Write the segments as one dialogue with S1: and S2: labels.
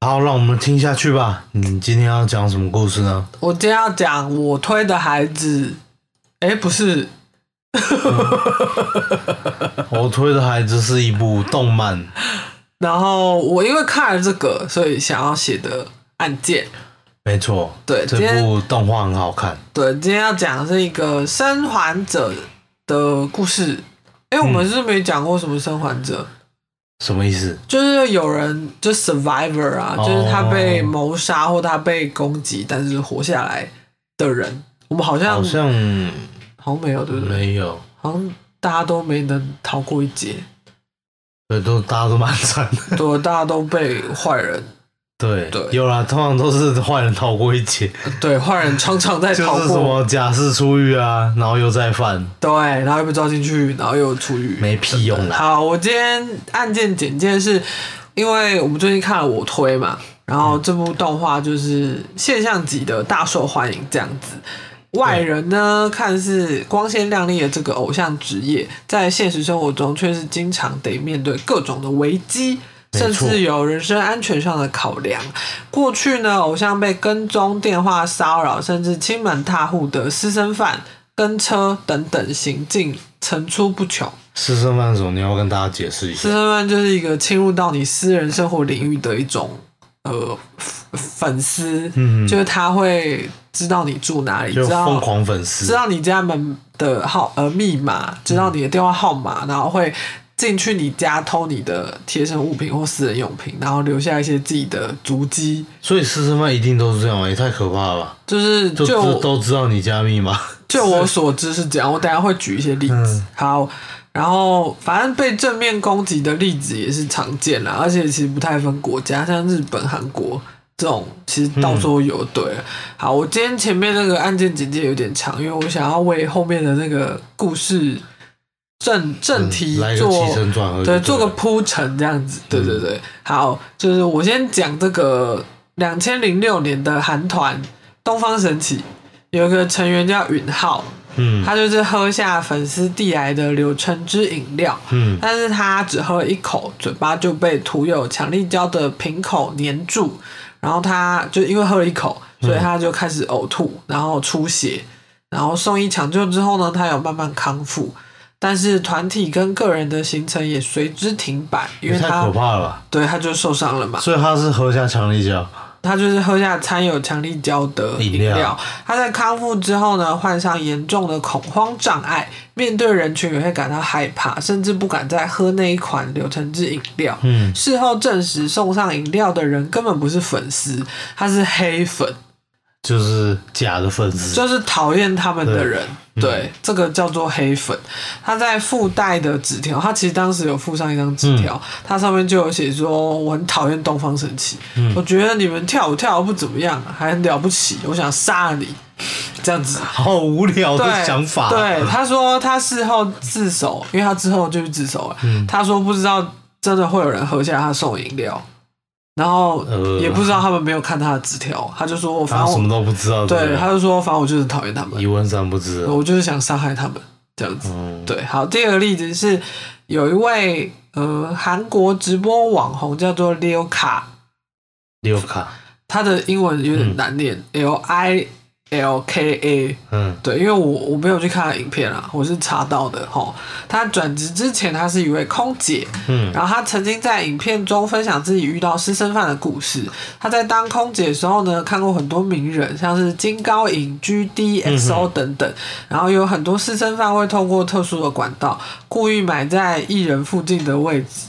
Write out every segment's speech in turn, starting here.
S1: 好，让我们听下去吧。你今天要讲什么故事呢？
S2: 我今天要讲我推的孩子，哎，不是，
S1: 我推的孩子是一部动漫，
S2: 然后我因为看了这个，所以想要写的案件。
S1: 没错，
S2: 对
S1: 这
S2: 今天
S1: 部动画很好看。
S2: 对，今天要讲的是一个生还者的故事。哎，我们是没讲过什么生还者，
S1: 什么意思？
S2: 就是有人就 survivor 啊，
S1: 哦
S2: 就是他被谋杀或他被攻击，但是活下来的人，我们好像
S1: 好像
S2: 好像没有，对不对？
S1: 没有，
S2: 好像大家都没能逃过一劫，
S1: 对，都大家都蛮惨的。
S2: 对，大家都被坏人，
S1: 对，
S2: 对
S1: 有啦，通常都是坏人逃过一劫，
S2: 对，坏人常常在
S1: 就
S2: 逃
S1: 是什
S2: 过，
S1: 么假释出狱啊，然后又再犯，
S2: 对，然后又被抓进去，然后又出狱，
S1: 没屁用啦。
S2: 好，我今天案件简介是，因为我们最近看了我推嘛，然后这部动画就是现象级的大受欢迎这样子。外人呢，看似光鲜亮丽的这个偶像职业，在现实生活中却是经常得面对各种的危机，
S1: 没
S2: 甚
S1: 错
S2: 至有人身安全上的考量。过去呢，偶像被跟踪、电话骚扰，甚至亲门踏户的私生饭、跟车等等行径层出不穷。
S1: 私生饭是什么？你要跟大家解释一
S2: 私
S1: 下。
S2: 生饭就是一个侵入到你私人生活领域的一种呃粉粉丝，
S1: 嗯
S2: 就是他会知道你住哪里，
S1: 就
S2: 知
S1: 疯
S2: 道啊
S1: 狂粉
S2: 知
S1: 丝，
S2: 道你家门的号呃密码，知
S1: 嗯
S2: 道你的电话号码，然后会进去你家偷你的贴身物品或私人用品，然后留下一些自己的足迹。
S1: 所以私生饭一定都是这样吗？也太可怕了吧！
S2: 就是
S1: 就
S2: 就
S1: 知都知道你家密码，
S2: 就我所知是这样，我等一下会举一些例子。
S1: 嗯
S2: 好，然后反正被正面攻击的例子也是常见啦，而且其实不太分国家，像日本、韩国这种，其实到处都有。对，好，我今天前面那个案件简介有点长，因为我想要为后面的那个故事正正题
S1: 嗯来个
S2: 做、
S1: 起承转合就了，嗯
S2: 对，做个铺陈这样子。对对对，好，就是我先讲这个两千零六年的韩团东方神起，有一个成员叫允浩，
S1: 嗯
S2: 他就是喝下粉丝递来的柳橙汁饮料，
S1: 嗯
S2: 但是他只喝了一口，嘴巴就被涂有强力胶的瓶口粘住，然后他就因为喝了一口，所以他就开始呕吐，然后出血，然后送医抢救之后呢，他有慢慢康复，但是团体跟个人的行程也随之停摆，因为
S1: 也太
S2: 他
S1: 可怕了吧！
S2: 对他就受伤了嘛，
S1: 所以他是喝下强力胶，
S2: 他就是喝下掺有强力胶的饮
S1: 饮
S2: 料
S1: 料。
S2: 他在康复之后呢，患上严重的恐慌障碍，面对人群也会感到害怕，甚至不敢再喝那一款柳橙汁饮料。
S1: 嗯，
S2: 事后证实，送上饮料的人根本不是粉丝，他是黑粉，
S1: 就是嗯假的粉丝，
S2: 就是讨厌他们的人。对，这个叫做黑粉。他在附带的纸条，他其实当时有附上一张纸
S1: 嗯
S2: 条，它上面就有写说：“我很讨厌东方神起，
S1: 嗯
S2: 我觉得你们跳舞跳得不怎么样，还很了不起，我想杀了你。”这样子，
S1: 好无聊
S2: 对
S1: 的想法。
S2: 对，他说他事后自首，因为他之后就去自首了。
S1: 嗯
S2: 他说不知道真的会有人喝下他送饮料，然后
S1: 呃
S2: 也不知道他们没有看他的纸条，他就说我反
S1: 他
S2: 正
S1: 什么都
S2: 我
S1: 不知道，
S2: 对，
S1: 不
S2: 他就说反正我就是讨厌他们
S1: 一，问三不知。
S2: 我就是想伤害他们这样子。
S1: 嗯，
S2: 对，好，第二个例子是有一位呃韩国直播网红叫做 Liu 卡，
S1: 六卡
S2: 他的英文有点难念、l I L K A，
S3: 嗯，
S2: 对，因为我我没有去看他影片啊，我是查到的哈。他转职之前，他是一位空姐，
S3: 嗯
S2: 然后他曾经在影片中分享自己遇到私生饭的故事。他在当空姐的时候呢，看过很多名人，像是金高银、G D、X O 等等，然后有很多私生饭会透过特殊的管道，故意买在艺人附近的位置，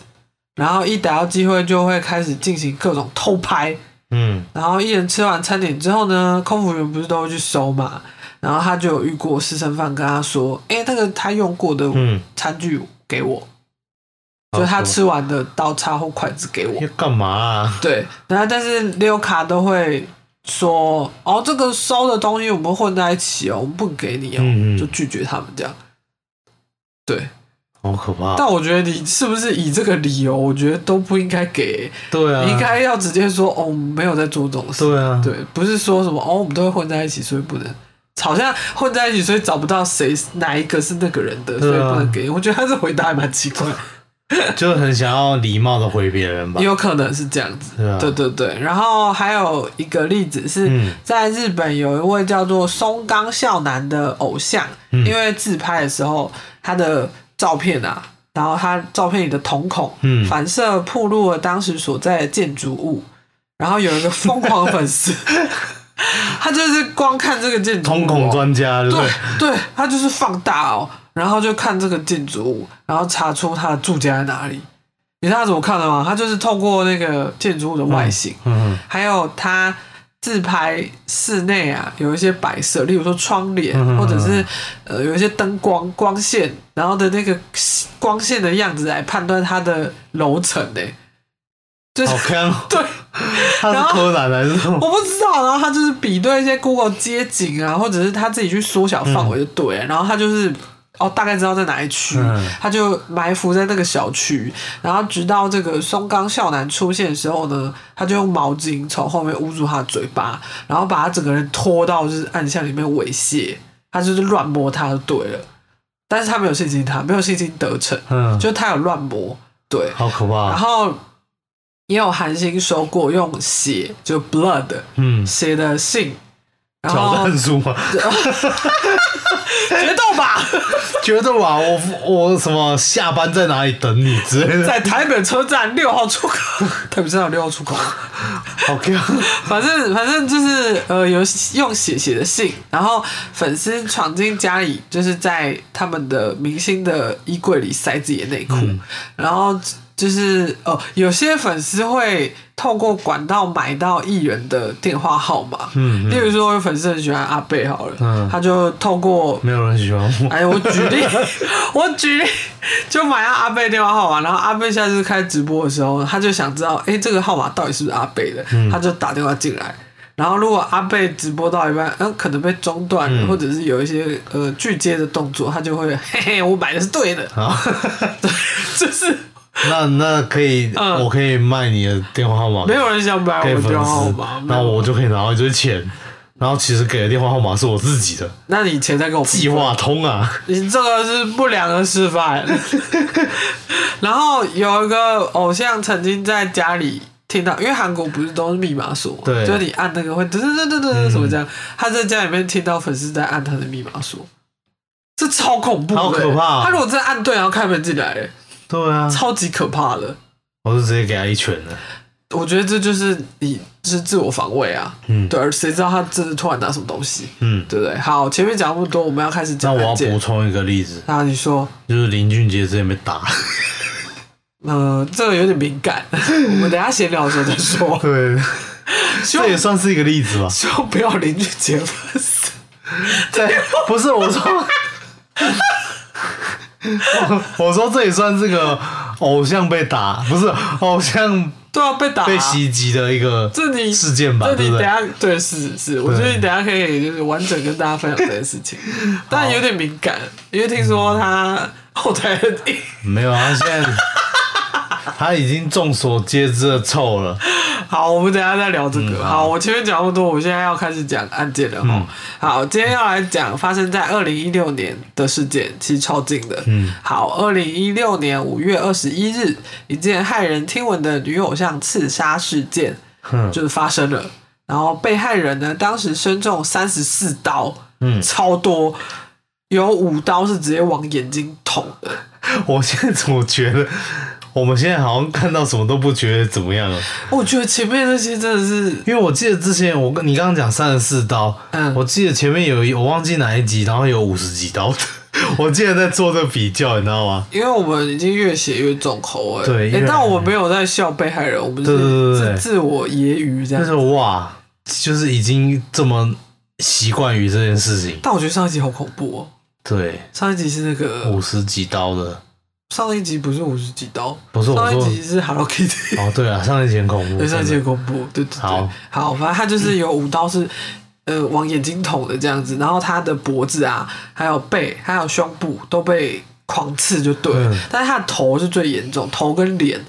S2: 然后一逮到机会就会开始进行各种偷拍。
S3: 嗯
S2: 然后一人吃完餐点之后呢，空服员不是都会去收嘛？然后他就有遇过私生饭跟他说：“哎、那个他用过的
S3: 嗯，
S2: 餐具给我，
S3: 好
S2: 就他吃完的刀叉或筷子给我。
S3: 要干嘛啊？”
S2: 对，然后但是溜卡都会说：“哦，这个收的东西我们混在一起哦，我们不给你哦。
S3: 嗯嗯
S2: 就拒绝他们这样。对，
S3: 好可怕。
S2: 但我觉得你是不是以这个理由，我觉得都不应该给，
S3: 对啊，
S2: 应该要直接说：“哦，我们没有在做这种事。”
S3: 对啊，
S2: 对，不是说什么哦，我们都会混在一起，所以不能。好像混在一起，所以找不到谁哪一个是那个人的，所以
S3: 对啊
S2: 不能给。我觉得他这回答还蛮奇怪，
S3: 就很想要礼貌的回别人吧
S2: 也。有可能是这样子。
S3: 对啊，
S2: 对对对，然后还有一个例子是
S3: 嗯
S2: 在日本有一位叫做松冈孝男的偶像，
S3: 嗯
S2: 因为自拍的时候他的照片啊，然后他照片里的瞳孔
S3: 嗯
S2: 反射暴露了当时所在的建筑物，然后有一个疯狂的粉 丝，他就是光看这个建筑物哦、
S3: 瞳孔专家，对不对？
S2: 对对，他就是放大哦，然后就看这个建筑物，然后查出他的住家在哪里。你知道他怎么看的吗？他就是透过那个建筑物的外形，
S3: 嗯
S2: 还有他自拍室内啊有一些摆设，例如说窗帘，
S3: 嗯嗯嗯
S2: 或者是呃有一些灯光光线，然后的那个光线的样子来判断它的楼层呢、就是
S3: 好看 哦，
S2: 对。
S3: 他是柯南还是什么？
S2: 我不知道，然后他就是比对一些 Google 街景啊，或者是他自己去缩小范围就对了，然后他就是哦大概知道在哪一区，
S3: 嗯
S2: 他就埋伏在那个小区，然后直到这个松冈孝男出现的时候呢，他就用毛巾从后面捂住他的嘴巴，然后把他整个人拖到就是暗巷里面猥亵，他就是乱摸他就对了，但是他没有性侵他，没有性侵得逞，
S3: 嗯，
S2: 就是他有乱摸，对，
S3: 好可
S2: 然
S3: 怕。
S2: 后。也有韩星说过用血就 blood
S3: 嗯，
S2: 写的信，然
S3: 挑
S2: 后
S3: 战书吗？
S2: 决斗吧，
S3: 觉得吧，我我什么下班在哪里等你之类的，
S2: 在台北车站六号出口， 台北车站有六号出口，
S3: 好看。
S2: 反正反正就是呃有用写写的信，然后粉丝闯进家里，就是在他们的明星的衣柜里塞自己的内裤，
S3: 嗯
S2: 然后就是哦有些粉丝会透过管道买到艺人的电话号码，
S3: 嗯嗯
S2: 例如说有粉丝很喜欢阿贝好了，
S3: 嗯
S2: 他就透过
S3: 没有人喜欢我。
S2: 哎，我举例，我举例，就买到阿贝电话号码，然后阿贝下次开直播的时候，他就想知道，哎、这个号码到底是不是阿贝的，
S3: 嗯
S2: 他就打电话进来。然后如果阿贝直播到一半，嗯、可能被中断了，
S3: 嗯
S2: 或者是有一些呃拒接的动作，他就会，嘿嘿，我买的是对的，
S3: 啊，
S2: 对，就是
S3: 那那可以，
S2: 嗯
S3: 我可以卖你的电话号码，
S2: 没有人想买
S3: 给
S2: 我
S3: 粉
S2: 的
S3: 丝
S2: 电话号码，，没
S3: 然
S2: 有
S3: 后我就可以拿到一堆钱。然后其实给的电话号码是我自己 的，
S2: 那你以前再给我付
S3: 计划通啊。
S2: 你这个是不良的示 范。然后有一个偶像曾经在家里听到，因为韩国不是都是密码锁，
S3: 对
S2: 就是你按那个会噔噔噔噔噔
S3: 嗯
S2: 什么这样，他在家里面听到粉丝在按他的密码锁。这超恐怖的、欸
S3: 好可怕哦
S2: 他如果真的按对，然后开门进来、欸
S3: 对啊，
S2: 超级可怕的。
S3: 我就直接给他一拳了。
S2: 我觉得这就是你，就是自我防卫啊。
S3: 嗯
S2: 对，而谁知道他真的突然拿什么东西，
S3: 嗯，
S2: 对不对？好，前面讲那么多，我们要开始
S3: 那
S2: 讲
S3: 我要
S2: 案
S3: 补
S2: 件。
S3: 充一个例子，
S2: 那你说，
S3: 就是林俊杰之前被打。
S2: 呃，这个有点敏感， 我们等一下闲聊的时候再说。
S3: 对，
S2: 希
S3: 这也
S2: 望
S3: 算是一个例子吧。
S2: 希望不要邻居结婚 死。
S3: 对，不是我说， 我说这也算是个偶像被打，不是偶像
S2: 对啊，被打、
S3: 被袭击的一个
S2: 这你
S3: 事件吧，
S2: 这
S3: 对
S2: 你
S3: 不
S2: 等一
S3: 对？
S2: 下对是是，我觉得你等一下可以就是完整跟大家分享这件事情，但有点敏感，因为听说他后台很硬
S3: 没有啊，现在他已经众所皆知的臭了。
S2: 好，我们等一下再聊这
S3: 嗯
S2: 个。好，我前面讲那么多，我现在要开始讲案件了哈。好，今天要来讲发生在二零一六年的事件，其实超近的。
S3: 嗯，
S2: 好，二零一六年五月二十一日，一件骇人听闻的女偶像刺杀事件
S3: 哼
S2: 就是发生了。然后被害人呢，当时身中三十四刀，
S3: 嗯
S2: 超多，有五刀是直接往眼睛捅的。
S3: 我现在怎么觉得，我们现在好像看到什么都不觉得怎么样了？
S2: 我觉得前面那些真的是，
S3: 因为我记得之前我跟你刚刚讲三十四刀，
S2: 嗯
S3: 我记得前面有一我忘记哪一集，然后有五十几刀， 我记得在做这个比较，你知道吗？
S2: 因为我们已经越写越重口味，
S3: 对
S2: 诶
S3: 越
S2: 但我们没有在笑被害人，我们
S3: 对
S2: 是
S3: 对对对
S2: 自自我揶揄这
S3: 但是
S2: 样。
S3: 哇，就是已经这么习惯于这件事情，
S2: 但我觉得上一集好恐怖哦，
S3: 对，
S2: 上一集是那个
S3: 五十几刀的，
S2: 上一集不是五十几刀，
S3: 不是我
S2: 上一
S3: 说
S2: 集是 Hello Kitty。
S3: 哦，对啊，上一集很恐怖，
S2: 对，上一集
S3: 真的
S2: 很恐怖，对对对，
S3: 好
S2: 好反正他就是有五刀是，呃，往眼睛捅的这样子，然后他的脖子啊，还有背，还有胸部都被狂刺就对了，
S3: 嗯
S2: 但是他的头是最严重，头跟脸，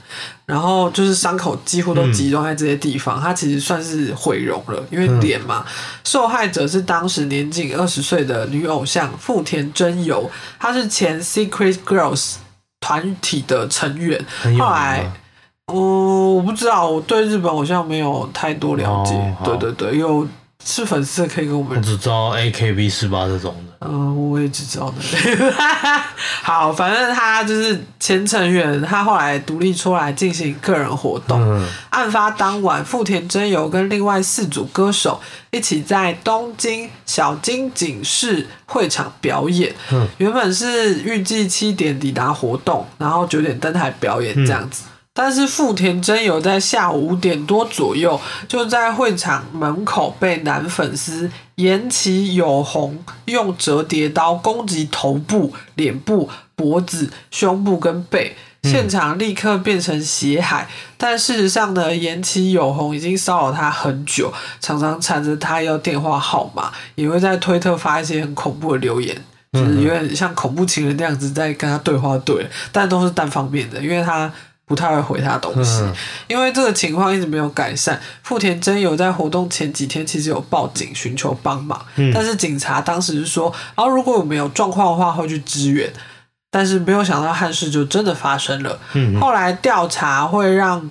S2: 然后就是伤口几乎
S3: 嗯
S2: 都集中在这些地方，他其实算是毁容了，因为脸嘛，
S3: 嗯
S2: 受害者是当时年仅二十岁的女偶像富田真由，她是前 Secret Girls 团体的成员，
S3: 很有
S2: 后
S3: 名
S2: 来
S3: 吗。
S2: 哦，我不知道，我对日本好像没有太多了解。
S3: 哦好嗯
S2: 对对对，有是粉丝可以跟我
S3: 我
S2: 们。
S3: 只知道 AKB 四八这种的，
S2: 嗯、我也只知道那 好，反正他就是前成员，他后来独立出来进行个人活动。
S3: 嗯，
S2: 案发当晚，富田真由跟另外四组歌手一起在东京小金井市会场表演。
S3: 嗯
S2: 原本是预计七点抵达活动，然后九点登台表演这样子。但是富田真由在下午五点多左右，就在会场门口被男粉丝岩崎友宏用折叠刀攻击头部、脸部、脖子、胸部跟背，现场立刻变成血海。但事实上呢，岩崎友宏已经骚扰他很久，常常缠着他要电话号码，也会在推特发一些很恐怖的留言。就是有点像恐怖情人那样子在跟他对话对，但都是单方面的，因为他不太会回他东西。
S3: 嗯
S2: 因为这个情况一直没有改善，富田真有在活动前几天其实有报警寻求帮忙，但是警察当时是说，然后如果我们有状况的话会去支援，但是没有想到憾事就真的发生了。
S3: 嗯
S2: 后来调查会让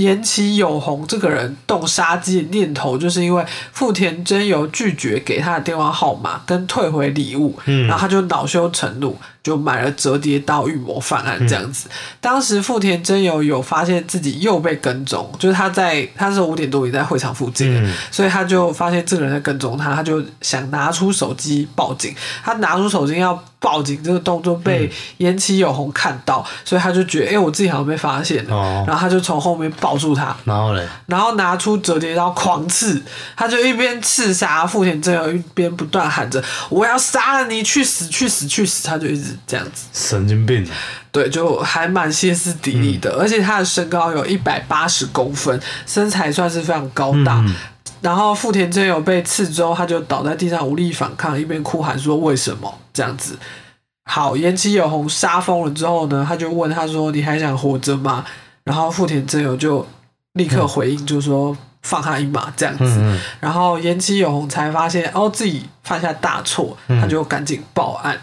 S2: 岩崎友宏这个人动杀机的念头，就是因为富田真由拒绝给他的电话号码跟退回礼物，
S3: 嗯
S2: 然后他就恼羞成怒，就买了折叠刀预谋犯案这样子。
S3: 嗯
S2: 当时富田真由有发现自己又被跟踪，就是他在他是五点多也在会场附近，
S3: 嗯
S2: 所以他就发现这个人在跟踪他，他就想拿出手机报警。他拿出手机要报警这个动作被岩崎友宏看到，所以他就觉得，哎、我自己好像被发现了，
S3: 哦
S2: 然后他就从后面抱住他，
S3: 然后嘞，
S2: 然后拿出折叠刀狂刺，他就一边刺杀富田真由，一边不断喊着“我要杀了你，去死，去死，去死”，他就一直这样子，
S3: 神经病，啊
S2: 对，就还蛮歇斯底里
S3: 嗯
S2: 的，而且他的身高有一百八十公分，身材算是非常高大。
S3: 嗯
S2: 然后富田真由被刺之后，他就倒在地上无力反抗，一边哭喊说：“为什么这样子？”好，岩崎友宏杀疯了之后呢，他就问他说：“你还想活着吗？”然后富田真由就立刻回应，就说：“放他一马。”这样子。
S3: 嗯
S2: 然后岩崎友宏才发现哦自己犯下大错，
S3: 嗯
S2: 他就赶紧报案。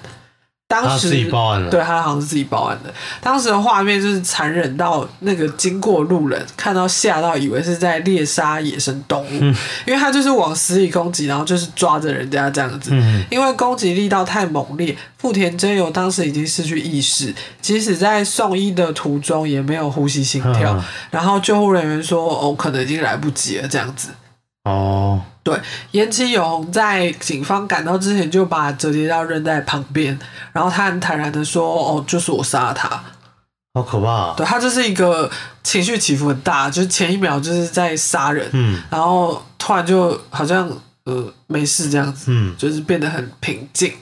S2: 当
S3: 他
S2: 时
S3: 自己报案了
S2: 对他好像是自己报案的。当时的画面就是残忍到那个经过路人看到吓到，以为是在猎杀野生动物，
S3: 嗯
S2: 因为他就是往死里攻击，然后就是抓着人家这样子。
S3: 嗯
S2: 因为攻击力道太猛烈，富田真由当时已经失去意识，即使在送医的途中也没有呼吸心跳。
S3: 嗯
S2: 然后救护人员说：“哦，可能已经来不及了。”这样子。
S3: 哦，
S2: 对，岩崎友宏在警方赶到之前就把折叠刀扔在旁边，然后他很坦然的说：“哦，就是我杀了他。
S3: 好可怕啊”
S2: 对他就是一个情绪起伏很大，就是前一秒就是在杀人，
S3: 嗯
S2: 然后突然就好像呃没事这样子，
S3: 嗯
S2: 就是变得很平静。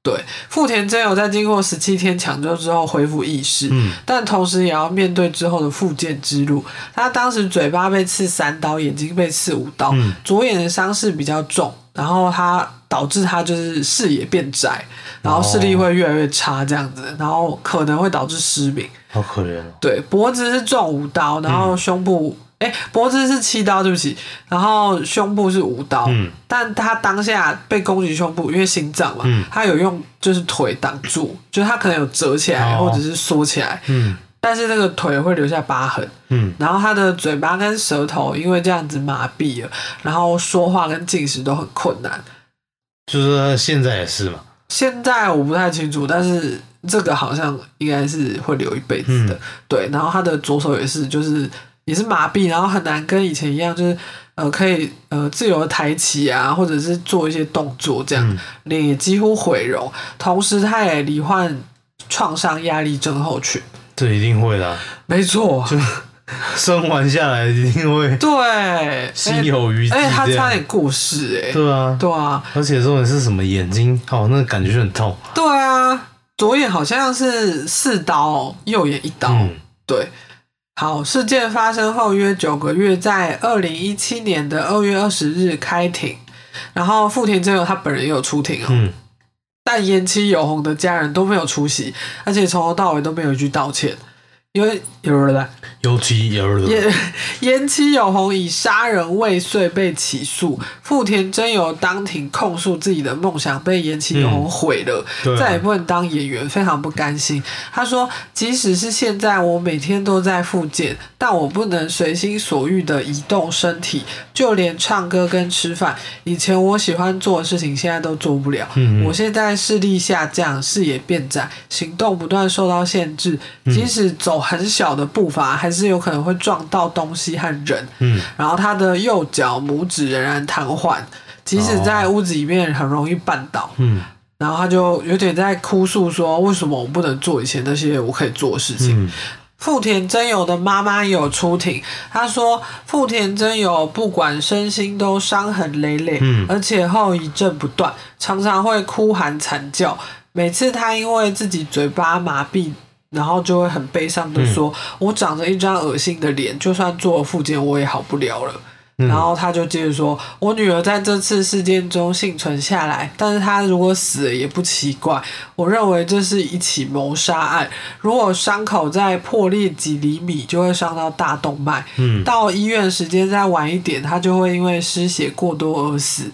S2: 对，富田真由在经过十七天抢救之后恢复意识，
S3: 嗯
S2: 但同时也要面对之后的复健之路。他当时嘴巴被刺三刀，眼睛被刺五刀，
S3: 嗯
S2: 左眼的伤势比较重，然后他导致他就是视野变窄，然后视力
S3: 哦
S2: 会越来越差这样子，然后可能会导致失明。
S3: 好可怜哦，
S2: 对，脖子是中五刀，然
S3: 嗯
S2: 后胸部，哎、脖子是七刀，对不起，然后胸部是五刀，
S3: 嗯
S2: 但他当下被攻击胸部，因为心脏嘛，
S3: 嗯
S2: 他有用就是腿挡住，就是他可能有折起来
S3: 哦
S2: 或者是缩起来，
S3: 嗯
S2: 但是那个腿会留下疤痕，
S3: 嗯，
S2: 然后他的嘴巴跟舌头因为这样子麻痹了，然后说话跟进食都很困难。
S3: 就是现在也是嘛，
S2: 现在我不太清楚，但是这个好像应该是会留一辈子的。
S3: 嗯
S2: 对，然后他的左手也是，就是也是麻痹，然后很难跟以前一样，就是呃可以呃自由地抬起啊，或者是做一些动作这样，
S3: 嗯
S2: 脸也几乎毁容。同时，他也罹患创伤压力症候群。
S3: 这一定会的 啊、
S2: 没错，
S3: 生完下来一定 会
S2: 对，
S3: 心有余悸
S2: 而且他
S3: 这
S2: 差
S3: 样。
S2: 点过世哎、
S3: 对啊，
S2: 对啊，
S3: 而且重点是什么眼睛，哦，那感觉很痛。
S2: 对啊，左眼好像是四刀，右眼一刀。
S3: 嗯
S2: 对，好，事件发生后约九个月，在二零一七年的二月二十日开庭，然后富田真由他本人也有出庭哦，
S3: 嗯，
S2: 但延期有红的家人都没有出席，而且从头到尾都没有一句道歉。因为有人来
S3: 尤其有人
S2: 延延期有红以杀人未遂被起诉，富田真由当庭控诉自己的梦想被延期有红毁了，
S3: 对啊
S2: 再也不能当演员，非常不甘心。他说：“即使是现在，我每天都在复健，但我不能随心所欲的移动身体，就连唱歌跟吃饭，以前我喜欢做的事情，现在都做不了。
S3: 嗯嗯
S2: 我现在视力下降，视野变窄，行动不断受到限制，
S3: 嗯
S2: 即使走很小的步伐，还是有可能会撞到东西和人。
S3: 嗯，
S2: 然后他的右脚拇指仍然瘫痪，即
S3: 哦
S2: 使在屋子里面很容易绊倒。
S3: 嗯
S2: 然后他就有点在哭诉说，为什么我不能做以前那些我可以做的事情？
S3: 嗯
S2: 富田真由的妈妈也有出庭，她说富田真由不管身心都伤痕累累，
S3: 嗯
S2: 而且后遗症不断，常常会哭喊惨叫。每次她因为自己嘴巴麻痹，然后就会很悲伤的说：“
S3: 嗯
S2: 我长着一张恶心的脸，就算做了复健，我也好不了了。”然后他就接着说：“我女儿在这次事件中幸存下来，但是她如果死了也不奇怪。我认为这是一起谋杀案。如果伤口再破裂几厘米，就会伤到大动脉。
S3: 嗯
S2: 到医院时间再晚一点，她就会因为失血过多而死。”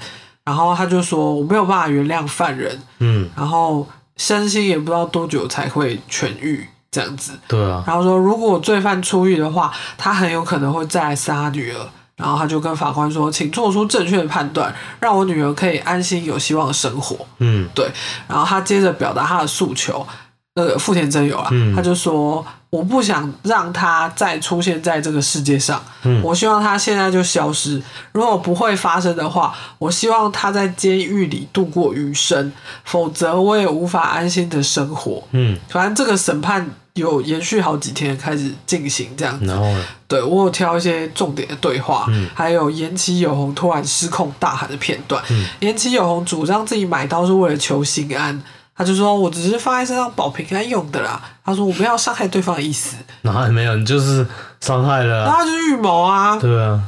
S2: 然后他就说：“我没有办法原谅犯人，
S3: 嗯，
S2: 然后身心也不知道多久才会痊愈，这样子。”
S3: 对啊，
S2: 然后说，如果罪犯出狱的话，他很有可能会再来杀女儿。然后他就跟法官说，请做出正确的判断，让我女儿可以安心有希望地生活。
S3: 嗯
S2: 对，然后他接着表达他的诉求，那个富田真由啊，
S3: 嗯
S2: 他就说我不想让他再出现在这个世界上，
S3: 嗯
S2: 我希望他现在就消失。如果不会发生的话，我希望他在监狱里度过余生，否则我也无法安心的生活。
S3: 嗯，
S2: 反正这个审判有延续好几天开始进行这样子。
S3: 然后呢？
S2: 对我有挑一些重点的对话，
S3: 嗯
S2: 还有岩崎有红突然失控大喊的片段。
S3: 嗯
S2: 岩崎有红主张自己买刀是为了求心安，他就说：“我只是放在身上保平安用的啦。”他说：“我没有伤害对方的意思。
S3: 然后没有，你就是伤害了
S2: 然
S3: 啊、
S2: 后他就是预谋啊，
S3: 对啊，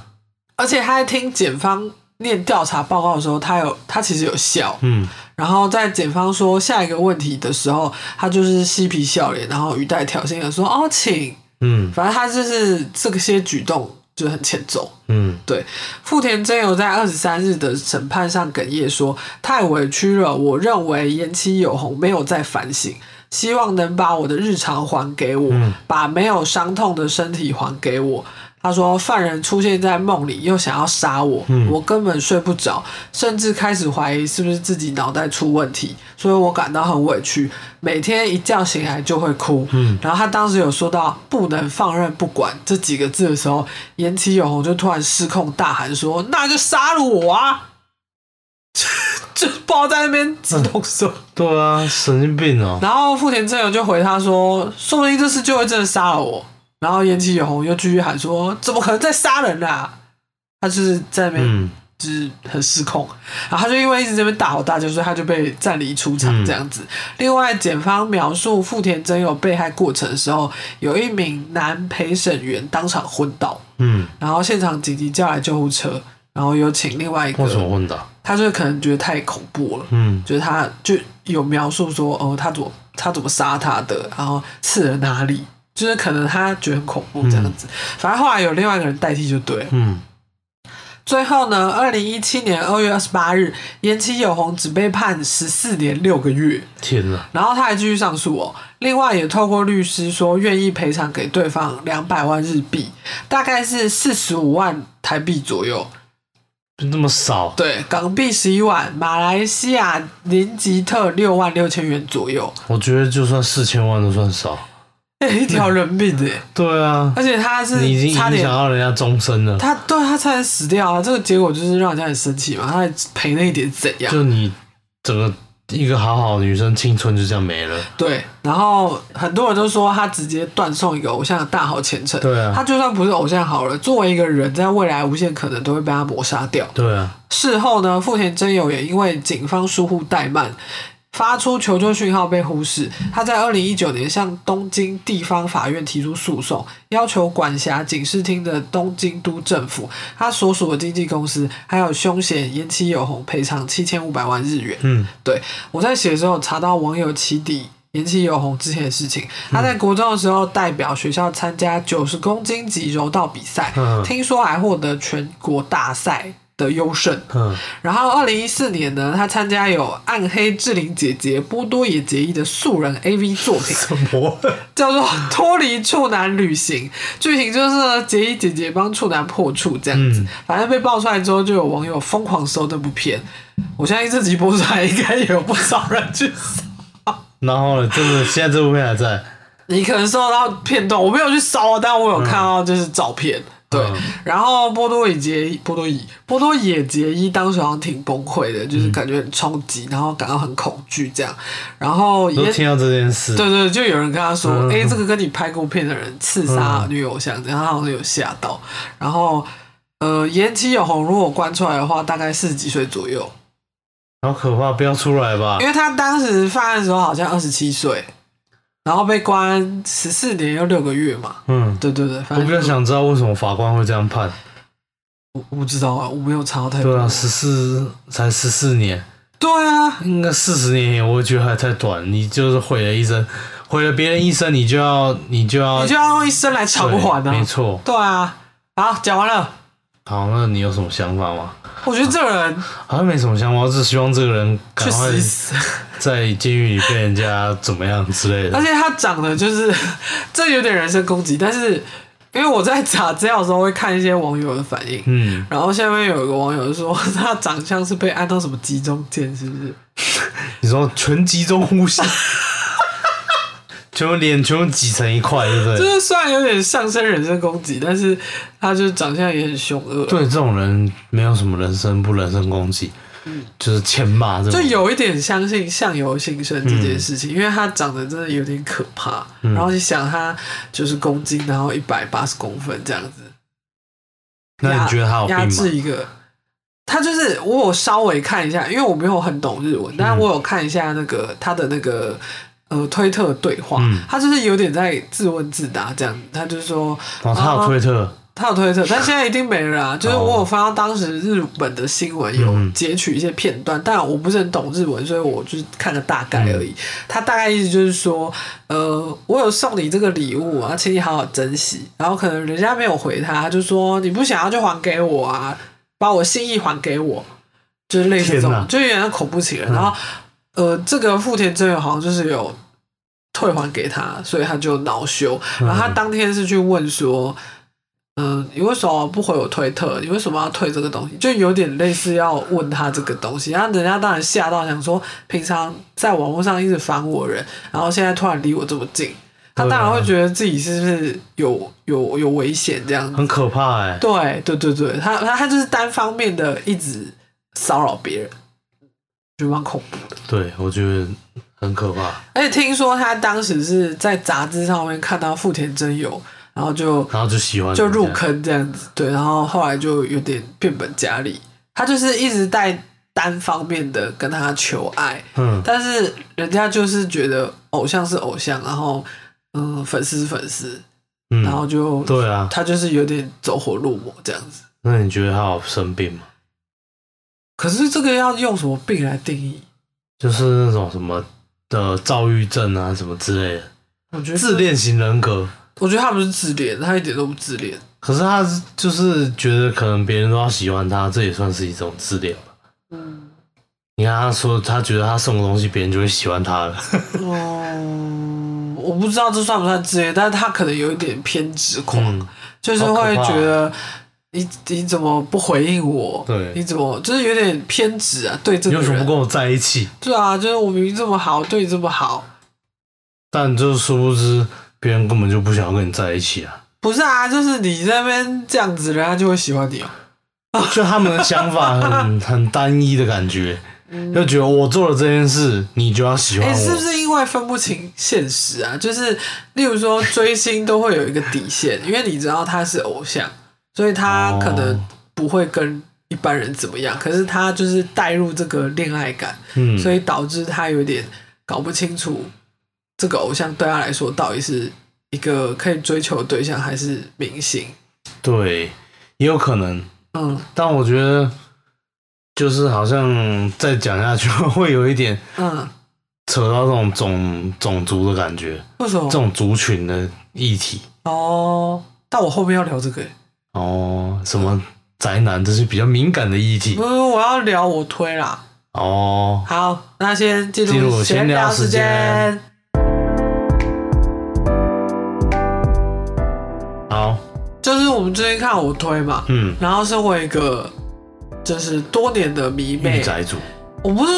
S2: 而且他在听检方念调查报告的时候，他有他其实有笑，
S3: 嗯
S2: 然后在检方说下一个问题的时候，他就是嬉皮笑脸，然后语带挑衅的说：“哦，请。”
S3: 嗯
S2: 反正他就是这些举动就是很欠揍。
S3: 嗯
S2: 对，富田真由在二十三日的审判上哽咽说：“太委屈了，我认为延期有红没有在反省，希望能把我的日常还给我，
S3: 嗯
S2: 把没有伤痛的身体还给我。”他说：“犯人出现在梦里，又想要杀我，
S3: 嗯
S2: 我根本睡不着，甚至开始怀疑是不是自己脑袋出问题，所以我感到很委屈，每天一觉醒来就会哭。
S3: 嗯
S2: 然后他当时有说到“不能放任不管”这几个字的时候，岩崎永红就突然失控大喊说：“那就杀了我啊！” 就抱在那边自动手。
S3: 对啊，神经病哦、
S2: 然后富田真由就回他说：“说不定这次就会真的杀了我。”然后岩崎永红又继续喊说：“怎么可能再杀人啊？”他就是在那边
S3: 嗯
S2: 就是很失控，然后他就因为一直这边大吼大叫，所以他就被暂离出场
S3: 嗯
S2: 这样子。另外，检方描述富田真由被害过程的时候，有一名男陪审员当场昏倒，
S3: 嗯，
S2: 然后现场紧急叫来救护车，然后有请另外一
S3: 为什
S2: 个，
S3: 么混的？
S2: 他就可能觉得太恐怖了，
S3: 嗯
S2: 就是他就有描述说，哦，他怎么他怎么杀他的，然后刺了哪里，就是
S3: 嗯
S2: 可能他觉得很恐怖这样子。反正后来有另外一个人代替就对了。
S3: 嗯
S2: 最后呢，二零一七年二月二十八日，延期有红只被判十四年六个月，
S1: 天哪！
S2: 然后他还继续上诉哦。另外也透过律师说愿意赔偿给对方两百万日币，大概是四十五万台币左右，
S1: 那么少，
S2: 对，港币十一万，马来西亚林吉特六万六千元左右，
S1: 我觉得就算四千万都算少。
S2: 哎一条人命哎、
S1: 对啊，
S2: 而且他是
S1: 你已经影
S2: 差
S1: 响
S2: 点
S1: 到人家终身了。
S2: 他对他差点死掉啊！这个结果就是让人家很生气嘛，他还赔那一点怎样？
S1: 就你整个一个好好的女生青春就这样没了。
S2: 对，然后很多人都说他直接断送一个偶像的大好前程。
S1: 对啊
S2: 他就算不是偶像好了，作为一个人，在未来无限可能都会被他抹杀掉。
S1: 对啊，
S2: 事后呢，富田真由也因为警方疏忽怠慢，发出求救讯号被忽视。他在二零一九年向东京地方法院提出诉讼，要求管辖警视厅的东京都政府、他所属的经纪公司，还有凶险延期有红赔偿七千五百万日元。
S1: 嗯，
S2: 对我在写的时候查到网友起底。延期有红之前的事情，他在国中的时候代表学校参加九十公斤级柔道比赛，
S1: 嗯
S2: 听说还获得全国大赛的优胜。
S1: 嗯，
S2: 然后，二零一四年呢，他参加有暗黑志玲姐姐波多野结衣的素人 AV 作品，
S1: 怎么？
S2: 叫做《脱离处男旅行》。剧情就是呢，结衣姐姐帮处男破处这样子。
S1: 嗯
S2: 反正被爆出来之后，就有网友疯狂搜这部片。我相信这集播出来，应该也有不少人去搜。
S1: 然后呢？真的，现在这部片还在。
S2: 你可能搜到片段，我没有去搜，但我有看到就是照片。对，
S1: 嗯
S2: 然后波多野结衣，波多野波多野结衣当时好像挺崩溃的，
S1: 嗯
S2: 就是感觉很冲击，然后感到很恐惧这样。然后
S1: 都
S2: 也
S1: 听到这件事，
S2: 对对，就有人跟他说：“
S1: 嗯
S2: 哎、这个跟你拍过片的人刺杀女偶像，这样他好像有吓到。”然后，呃，延期有红，如果关出来的话，大概四十几岁左右，
S1: 好可怕，不要出来吧
S2: 因！为他当时犯案的时候好像二十七岁，然后被关十四年又六个月嘛。
S1: 嗯，
S2: 对对对，反
S1: 我
S2: 正
S1: 比较想知道为什么法官会这样判。
S2: 我我不知道啊，我没有查到太多。
S1: 对啊，十四才十四年，
S2: 对啊，
S1: 应该四十年也我觉得还太短。你就是毁了一生，毁了别人一生，你就要你就要
S2: 你就要用一生来偿还
S1: 对没
S2: 啊。
S1: 错。
S2: 对啊，好，讲完了。
S1: 好，那你有什么想法吗？
S2: 我觉得这个人
S1: 好像没什么想法，我只希望这个人赶
S2: 去
S1: 快
S2: 死一死。
S1: 在监狱里被人家怎么样之类
S2: 而
S1: 的。
S2: 且他长得就是 这有点人身攻击，但是因为我在查资料的时候会看一些网友的反应，
S1: 嗯，
S2: 然后下面有一个网友就说他长相是被按到什么集中键，是不是？
S1: 你说全集中呼吸， 全部脸全部挤成一块，对不
S2: 就
S1: 对？
S2: 是虽然有点上升人身攻击，但是他就长相也很凶恶，
S1: 对，这种人没有什么人身不人身攻击，就是欠骂这
S2: 就
S1: 种。
S2: 嗯有一点相信相由心生这件事
S1: 嗯
S2: 情，因为他长得真的有点可怕，然后你想他就是公斤，然后一百八十公分这样子，
S1: 那你觉得他有病
S2: 压
S1: 吗？
S2: 制一个，他就是我有稍微看一下，因为我没有很懂日文，但
S1: 嗯
S2: 是我有看一下那个他的那个呃推特对话，
S1: 嗯
S2: 他就是有点在自问自答这样，他就是说
S1: 哦，他有推特，
S2: 他有 推特，但现在一定没了啊。就是我有翻到当时日本的新闻，有
S1: 嗯
S2: 截取一些片段，但我不是很懂日文，所以我就是看个大概而已。
S1: 嗯
S2: 他大概意思就是说，呃，我有送你这个礼物啊，请你好好珍惜。然后可能人家没有回他，他就说你不想要就还给我啊，把我心意还给我，就是类似这
S1: 天
S2: 种
S1: 哪，嗯
S2: 就有点像恐怖情人。然后，呃，这个富田真由好像就是有退还给他，所以他就恼羞。
S1: 嗯
S2: 然后他当天是去问说，嗯、你为什么不回我推特？你为什么要退这个东西？就有点类似要问他这个东西。然后人家当然吓到，想说平常在网络上一直烦我的人，然后现在突然离我这么近，他当然会觉得自己是不是有有有危险这样子。
S1: 很可怕哎、
S2: 对对对对，他他他就是单方面的一直骚扰别人，就蛮恐怖的。
S1: 对，我觉得很可怕。
S2: 而且听说他当时是在杂志上面看到富田真由，然后就
S1: 然后就喜欢
S2: 就入
S1: 人家，
S2: 坑这样子，对，然后后来就有点变本加厉，他就是一直在单方面的跟他求爱，
S1: 嗯，
S2: 但是人家就是觉得偶像是偶像，然后嗯粉丝是粉丝，
S1: 嗯
S2: 然后就、
S1: 对啊，
S2: 他就是有点走火入魔这样子。
S1: 那你觉得他有生病吗？
S2: 可是这个要用什么病来定义？
S1: 就是那种什么的躁郁症啊，什么之类的，
S2: 我觉得
S1: 自恋型人格，
S2: 我觉得他们是自恋，他一点都不自恋。
S1: 可是他是就是觉得可能别人都要喜欢他，这也算是一种自恋吧。
S2: 嗯，
S1: 你看他说他觉得他送个东西，别人就会喜欢他 了。
S2: 哦，我不知道这算不算自恋，但是他可能有一点偏执狂，
S1: 嗯，
S2: 就是
S1: 好可
S2: 会
S1: 怕
S2: 觉得你你怎么不回应我？
S1: 对
S2: 你怎么就是有点偏执啊？对这
S1: 你
S2: 个
S1: 为什么不
S2: 人，
S1: 跟我在一起？
S2: 对啊，就是我明明这么好，对你这么好，
S1: 但就殊不知别人根本就不想要跟你在一起啊。
S2: 不是啊？就是你在那边这样子，人家就会喜欢你哦。
S1: 就他们的想法 很很单一的感觉，就觉得我做了这件事，你就要喜欢
S2: 嗯哎、是不
S1: 我。
S2: 是因为分不清现实啊？就是例如说追星都会有一个底线，因为你知道他是偶像，所以他可能
S1: 哦
S2: 不会跟一般人怎么样，可是他就是带入这个恋爱感，
S1: 嗯，
S2: 所以导致他有点搞不清楚这个偶像对他来说到底是一个可以追求的对象还是明星。
S1: 对，也有可能。
S2: 嗯
S1: 但我觉得，就是好像再讲下去会有一点
S2: 嗯，
S1: 扯到这种种 种族的感觉，
S2: 为什么
S1: 这？种族群的议题
S2: 哦，但我后面要聊这个耶，
S1: 哦，什么宅男，这是比较敏感的议题
S2: 不是我要聊我推啦。
S1: 哦。
S2: 好，那先进
S1: 进
S2: 入
S1: 入
S2: 闲
S1: 闲聊
S2: 聊时
S1: 时
S2: 间
S1: 间。好，
S2: 就是我们最近看我推嘛，
S1: 嗯，
S2: 然后身为一个就是多年的迷
S1: 御
S2: 妹，
S1: 宅族，
S2: 我不是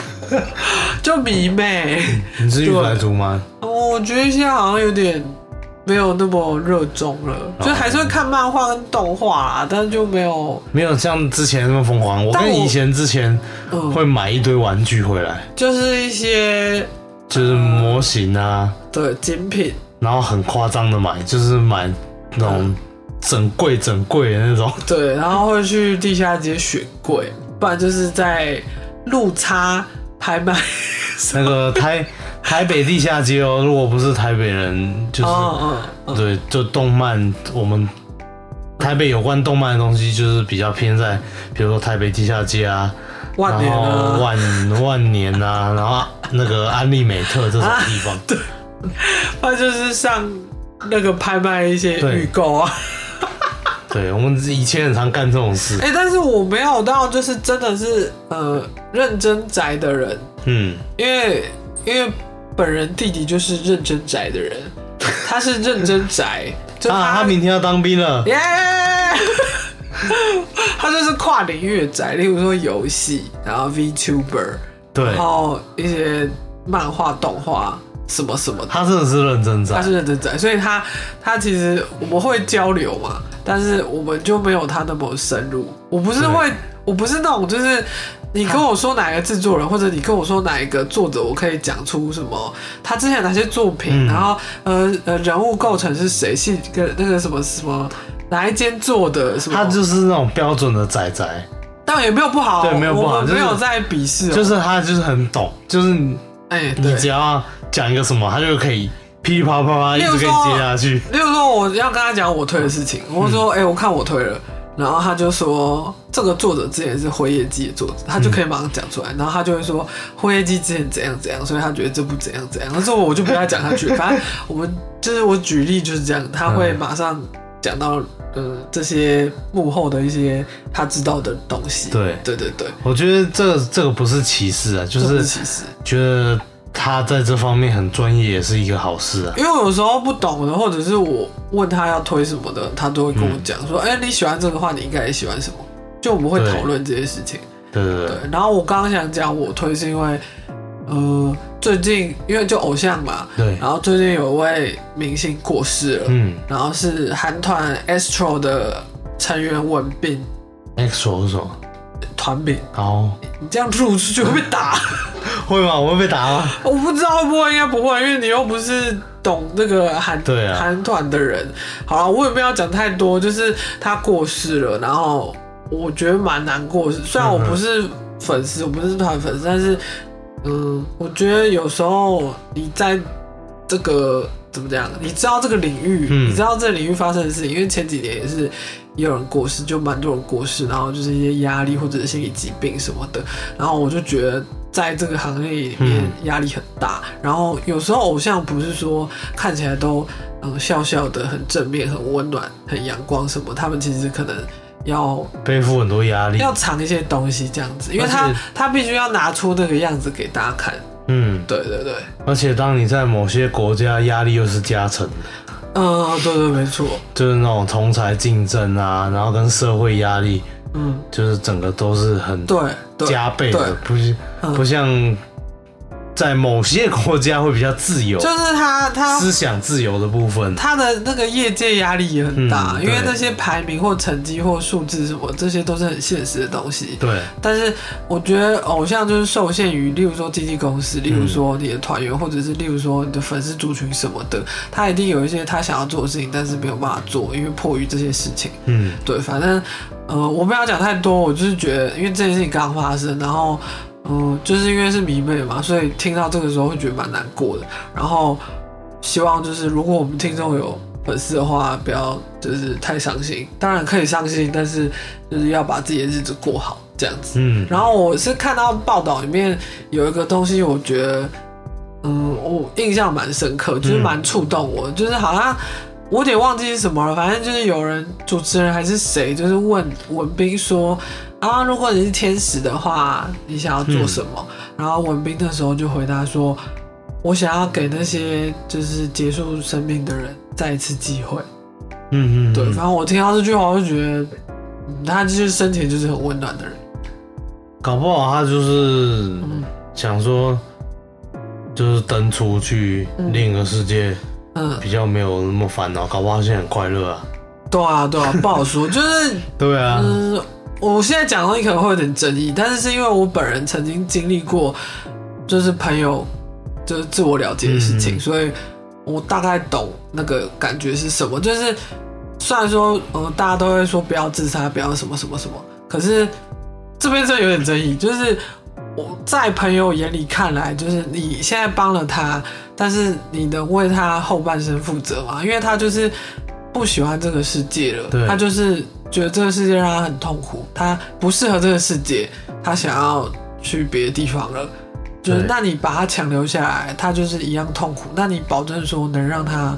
S2: 就迷妹，
S1: 你是御宅族吗？
S2: 我觉得现在好像有点没有那么热衷了，就还是会看漫画跟动画啦，但就没有
S1: 没有像之前那么疯狂。我
S2: 但
S1: 跟
S2: 我
S1: 以前之前
S2: 嗯
S1: 会买一堆玩具回来，
S2: 就是一些
S1: 就是模型啊，
S2: 的精品，
S1: 然后很夸张的买，就是买那
S2: 嗯
S1: 种整柜整柜的 那种。
S2: 对，然后会去地下街选柜，不然就是在路差拍卖。
S1: 那个台台北地下街哦，如果不是台北人，就是、
S2: 哦哦
S1: 对，就动漫，我们台北有关动漫的东西，就是比较偏在，比如说台北地下街啊，
S2: 哦，万年
S1: 然
S2: 啊
S1: 后，万万年啊，然后那个安利美特这种地 方，对
S2: 那就是上那个拍卖一些
S1: 对
S2: 预购啊。
S1: 我们以前很常干这种事，
S2: 哎、但是我没有到就是真的是呃认真宅的人，
S1: 嗯，
S2: 因为因为本人弟弟就是认真宅的 人，他是认真宅，就他、
S1: 啊，他明天要当兵了，
S2: 耶。 他就是跨领域的宅，例如说游戏，然后 VTuber，
S1: 对
S2: 然，后一些漫画、动画什么什么的。
S1: 他真的是认真
S2: 他
S1: 在，
S2: 是认真仔，所以他他其实我们会交流嘛，但是我们就没有他那么深入。我不是
S1: 对
S2: 会，我不是那种就是你跟我说哪一个制作人，或者你跟我说哪一个作者，我可以讲出什么他之前哪些作
S1: 嗯
S2: 品，然后呃呃人物构成是谁，是个那个什么什么哪一间做的什么，
S1: 他就是那种标准的仔仔，
S2: 当然也没有不好，
S1: 对没有不好
S2: 我们没
S1: 就
S2: 有
S1: 是
S2: 在鄙视哦，
S1: 就是他就是很懂，就是你
S2: 哎对
S1: 你。只要讲一个什么，他就可以噼里啪啦啪啦一直给你接下去。
S2: 例如说，我要跟他讲我推的事情，
S1: 嗯
S2: 我说：“哎、我看我推了。”然后他就说：“这个作者之前是《辉夜姬》的作者，
S1: 嗯
S2: 他就可以马上讲出来。然后他就会说：“《辉夜姬》之前怎样怎样，所以他觉得这部怎样怎样。”之后我就不跟他讲下 去，反正我们就是我举例就是这样，他会马上讲到呃这些幕后的一些他知道的东西。
S1: 对
S2: 对对对，
S1: 我觉得这这个不是歧视啊，就
S2: 这不
S1: 是
S2: 其实。
S1: 觉得他在这方面很专业也是一个好事啊。
S2: 因为我有时候不懂的，或者是我问他要推什么的，他都会跟我讲说：“哎、你喜欢这个话，你应该也喜欢什么。”就我们会
S1: 对
S2: 讨论这些事情。
S1: 对对
S2: 对
S1: 对，，
S2: 然后我刚刚想讲我推是因为，呃，最近因为就偶像嘛，
S1: 对
S2: 然后最近有一位明星过世了，
S1: 嗯
S2: 然后是韩团 ASTRO 的成员文彬，
S1: ，EXO 是什么？
S2: 团名，
S1: 哦，
S2: 你这样录出去会被打。
S1: 会吗？我会被打吗？
S2: 我不知道会不会，应该不会，因为你又不是懂那个韩
S1: 对啊
S2: 韩团的人。好了，我也不要讲太多，就是他过世了，然后我觉得蛮难过。虽然我不是粉丝，我不是团粉丝，但是嗯，我觉得有时候你在这个怎么讲，你知道这个领域，
S1: 嗯
S2: 你知道这个领域发生的事情，因为前几年也是也有人过世，就蛮多人过世，然后就是一些压力或者是心理疾病什么的，然后我就觉得在这个行业里面
S1: 嗯
S2: 压力很大，然后有时候偶像不是说看起来都嗯笑笑的、很正面、很温暖、很阳光什么，他们其实可能要
S1: 背负很多压力。
S2: 要藏一些东西这样子，因为
S1: 嗯而且
S2: 他他必须要拿出那个样子给大家看。
S1: 嗯，
S2: 对对对，
S1: 而且当你在某些国家，压力又是加成的，
S2: 嗯，对对没错，
S1: 就是那种同才竞争啊，然后跟社会压力，
S2: 嗯，
S1: 就是整个都是很
S2: 对对，
S1: 加倍的，不是
S2: 嗯
S1: 不像在某些国家会比较自由，
S2: 就是啊他他
S1: 思想自由的部分。
S2: 他的那个业界压力也很大，
S1: 嗯
S2: 因为
S1: 对
S2: 那些排名或成绩或数字什么，这些都是很现实的东西。
S1: 对，
S2: 但是我觉得偶像就是受限于，例如说经纪公司，例如说你的团员，或者是例如说你的粉丝族群什么的，他一定有一些他想要做的事情，但是没有办法做，因为迫于这些事情。
S1: 嗯，
S2: 对，反正呃，我不要讲太多，我就是觉得，因为这件事情刚发生，然后嗯、就是因为是迷妹嘛，所以听到这个时候会觉得蛮难过的。然后希望就是，如果我们听众有粉丝的话，不要就是太伤心，当然可以伤心，但是就是要把自己的日子过好，这样子。
S1: 嗯，
S2: 然后我是看到报道里面有一个东西，我觉得，嗯，我印象蛮深刻，就是蛮触动我，就是好像我有点忘记是什么了，反正就是有人主持人还是谁，就是问文斌说啊，如果你是天使的话，你想要做什么？然后文斌那时候就回答说，我想要给那些就是结束生命的人再一次机会。
S1: 嗯嗯，
S2: 对，
S1: 嗯
S2: 反正我听到这句话，我就觉得。嗯他就是生前就是很温暖的人，
S1: 搞不好他就是
S2: 嗯
S1: 想说，就是登出去
S2: 嗯
S1: 另一个世界，
S2: 嗯，
S1: 比较没有那么烦恼，搞不好他现在很快乐啊。
S2: 对啊，对啊，不好说。 就是，
S1: 对啊，
S2: 嗯、我现在讲的东西可能会有点争议，但是是因为我本人曾经经历过，就是朋友就是自我了解的事情，
S1: 嗯
S2: 所以我大概懂那个感觉是什么。就是虽然说，嗯、大家都会说不要自杀，不要什么什么什么，可是这边真的有点争议，就是。我在朋友眼里看来，就是你现在帮了他，但是你能为他后半生负责吗？因为他就是不喜欢这个世界了，
S1: 对
S2: 他就是觉得这个世界让他很痛苦，他不适合这个世界，他想要去别的地方了。就是
S1: 对
S2: 那你把他强留下来，他就是一样痛苦。那你保证说能让他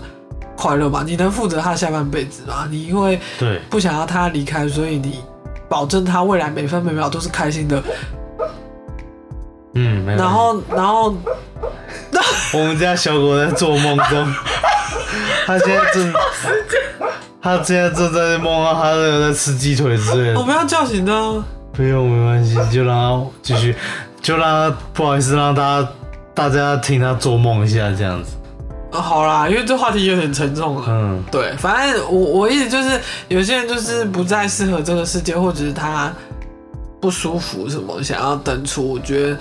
S2: 快乐吗？你能负责他下半辈子吗？你因为
S1: 对，
S2: 不想要他离开，所以你保证他未来每分每秒都是开心的。
S1: 嗯，没有
S2: 然后，然后
S1: 我们家小狗在做梦 中，它现在正，它现在正在梦到它那个在吃鸡腿之类
S2: 我
S1: 的。
S2: 们要叫醒他。
S1: 不用，没关系，就让它继续，就让它不好意思让大家大家听它做梦一下这样子。
S2: 啊，好啦，因为这话题有点沉重了。
S1: 嗯，
S2: 对，反正我我意思就是，有些人就是不再适合这个世界，或者是他不舒服什么，想要登出。我觉得，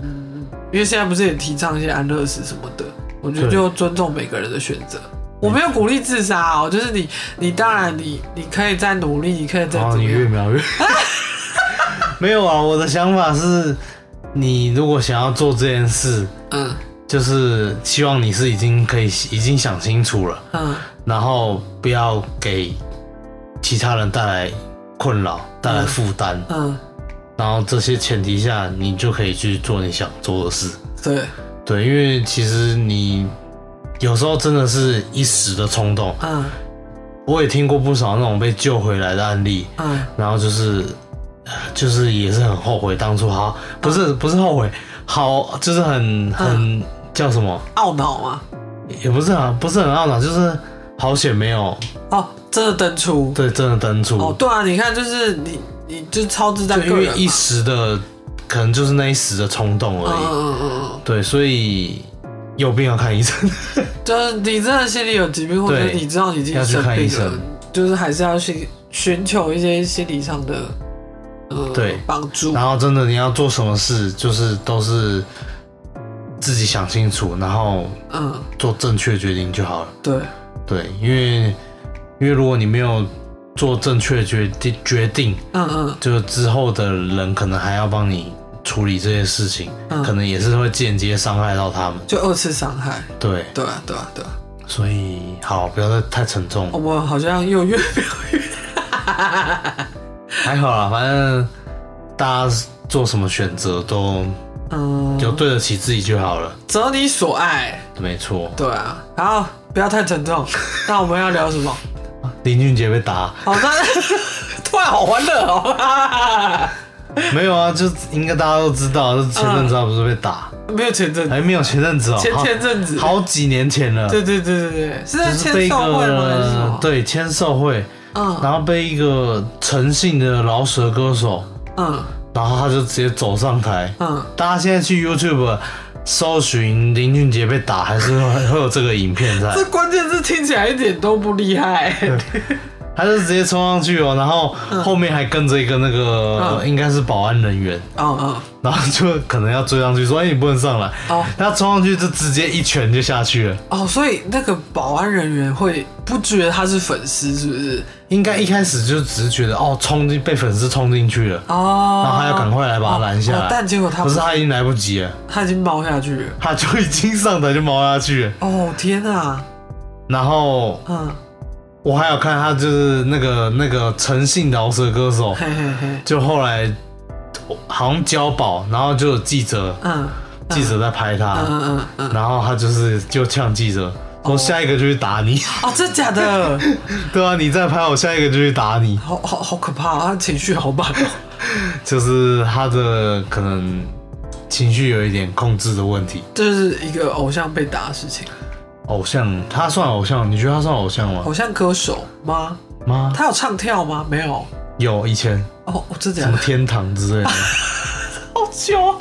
S2: 嗯，因为现在不是也提倡一些安乐死什么的，我觉得
S1: 对嗯
S2: 就尊重每个人的选择。我没有鼓励自杀哦，就是你，你当然你你可以再努力，你可以再
S1: 然后
S2: 怎
S1: 啊哦你
S2: 么
S1: 越
S2: 样。
S1: 描 越，没有啊，我的想法是，你如果想要做这件事，
S2: 嗯
S1: 就是希望你是已经可以已经想清楚了。
S2: 嗯
S1: 然后不要给其他人带来困扰、带来负担，
S2: 嗯，
S1: 然后这些前提下，你就可以去做你想做的事。
S2: 对，
S1: 对，因为其实你有时候真的是一时的冲动，
S2: 嗯
S1: 我也听过不少那种被救回来的案例，
S2: 嗯
S1: 然后就是呃就是也是很后悔当初好，不是
S2: 嗯
S1: 不是后悔，好就是很很叫什么，
S2: 懊恼嘛。
S1: 也不是啊，不是很懊恼，就是好险没有
S2: 哦，真的登出。
S1: 对真的登出。
S2: 哦，对啊，你看，就是你你就超自在
S1: 对，因
S2: 个
S1: 为
S2: 人嘛。
S1: 一时的，可能就是那一时的冲动
S2: 嗯
S1: 而已。
S2: 嗯嗯嗯
S1: 对，所以有病要看医生。
S2: 嗯，就是你真的心里有疾病，或者
S1: 对
S2: 你知道你已经生
S1: 要去看医
S2: 病了
S1: 生，
S2: 就是还是要去寻求一些心理上的呃
S1: 对
S2: 帮助。
S1: 然后真的你要做什么事，就是都是自己想清楚，然后
S2: 嗯，
S1: 做正确决定就好了。
S2: 对，
S1: 对，因为因为如果你没有做正确决定决定，
S2: 嗯嗯
S1: 就之后的人可能还要帮你处理这些事情，
S2: 嗯，
S1: 可能也是会间接伤害到他们。
S2: 就二次伤害。
S1: 对，
S2: 对啊对啊对啊，
S1: 所以好，不要再太沉重。
S2: 我们好像又越描越
S1: 还好啦，反正大家做什么选择都
S2: 嗯，
S1: 有对得起自己就好了。
S2: 择你所爱。
S1: 没错，
S2: 对啊，好，不要太 沉重。那我们要聊什么？
S1: 林俊杰被打，
S2: 好，那 突然好欢乐哦！
S1: 没有啊，就应该大家都知道，就前阵子他不是被打，
S2: 没有前阵子，
S1: 还没有前阵子哦，
S2: 前
S1: 好
S2: 前阵子
S1: 好几年前了，
S2: 对对对对对，是在
S1: 就是被
S2: 签
S1: 一
S2: 售会吗？还是什
S1: 个
S2: 么？
S1: 对签售会，
S2: 嗯
S1: 然后被一个诚信的饶舌歌手，
S2: 嗯
S1: 然后他就直接走上台。
S2: 嗯，
S1: 大家现在去 YouTube 搜寻林俊杰被打，还是会会有这个影片在
S2: 这。关键字听起来一点都不厉 害。
S1: 他就直接冲上去哦，然后后面还跟着一个那个
S2: 嗯
S1: 应该是保安人员，
S2: 嗯嗯，
S1: 然后就可能要追上去说：“哎，你不能上来。
S2: 哦”
S1: 他冲上去就直接一拳就下去了。
S2: 哦，所以那个保安人员会不觉得他是粉丝，是不是？
S1: 应该一开始就只是觉得哦，冲进被粉丝冲进去了，
S2: 哦，
S1: 然后他要赶快来把他拦下
S2: 哦
S1: 来。
S2: 但哦结果他
S1: 可是他已经来不及了，
S2: 他已经猫下去了。
S1: 他就已经上台就猫下去了。
S2: 哦天啊，
S1: 然后
S2: 嗯，
S1: 我还有看他就是那个那个诚信饶舌歌手，
S2: 嘿嘿嘿，
S1: 就后来好像交保，然后就有记者
S2: 嗯
S1: 记者在拍
S2: 嗯
S1: 他，
S2: 嗯嗯哦嗯，
S1: 然后他就是就呛记者说下一个就去打你，
S2: 哦，真假 的，
S1: 对啊，你再拍我下一个就去打你，
S2: 好好好可怕啊，他情绪好满哦。
S1: 就是他的可能情绪有一点控制的问题。
S2: 这是一个偶像被打的事情，
S1: 偶像，他算偶像？你觉得他算偶像吗？
S2: 偶像歌手吗？
S1: 妈，
S2: 他有唱跳吗？没有。
S1: 有以前
S2: 哦，哦真的
S1: 什
S2: 假
S1: 么
S2: 的？
S1: 天堂之类的。
S2: 好久啊。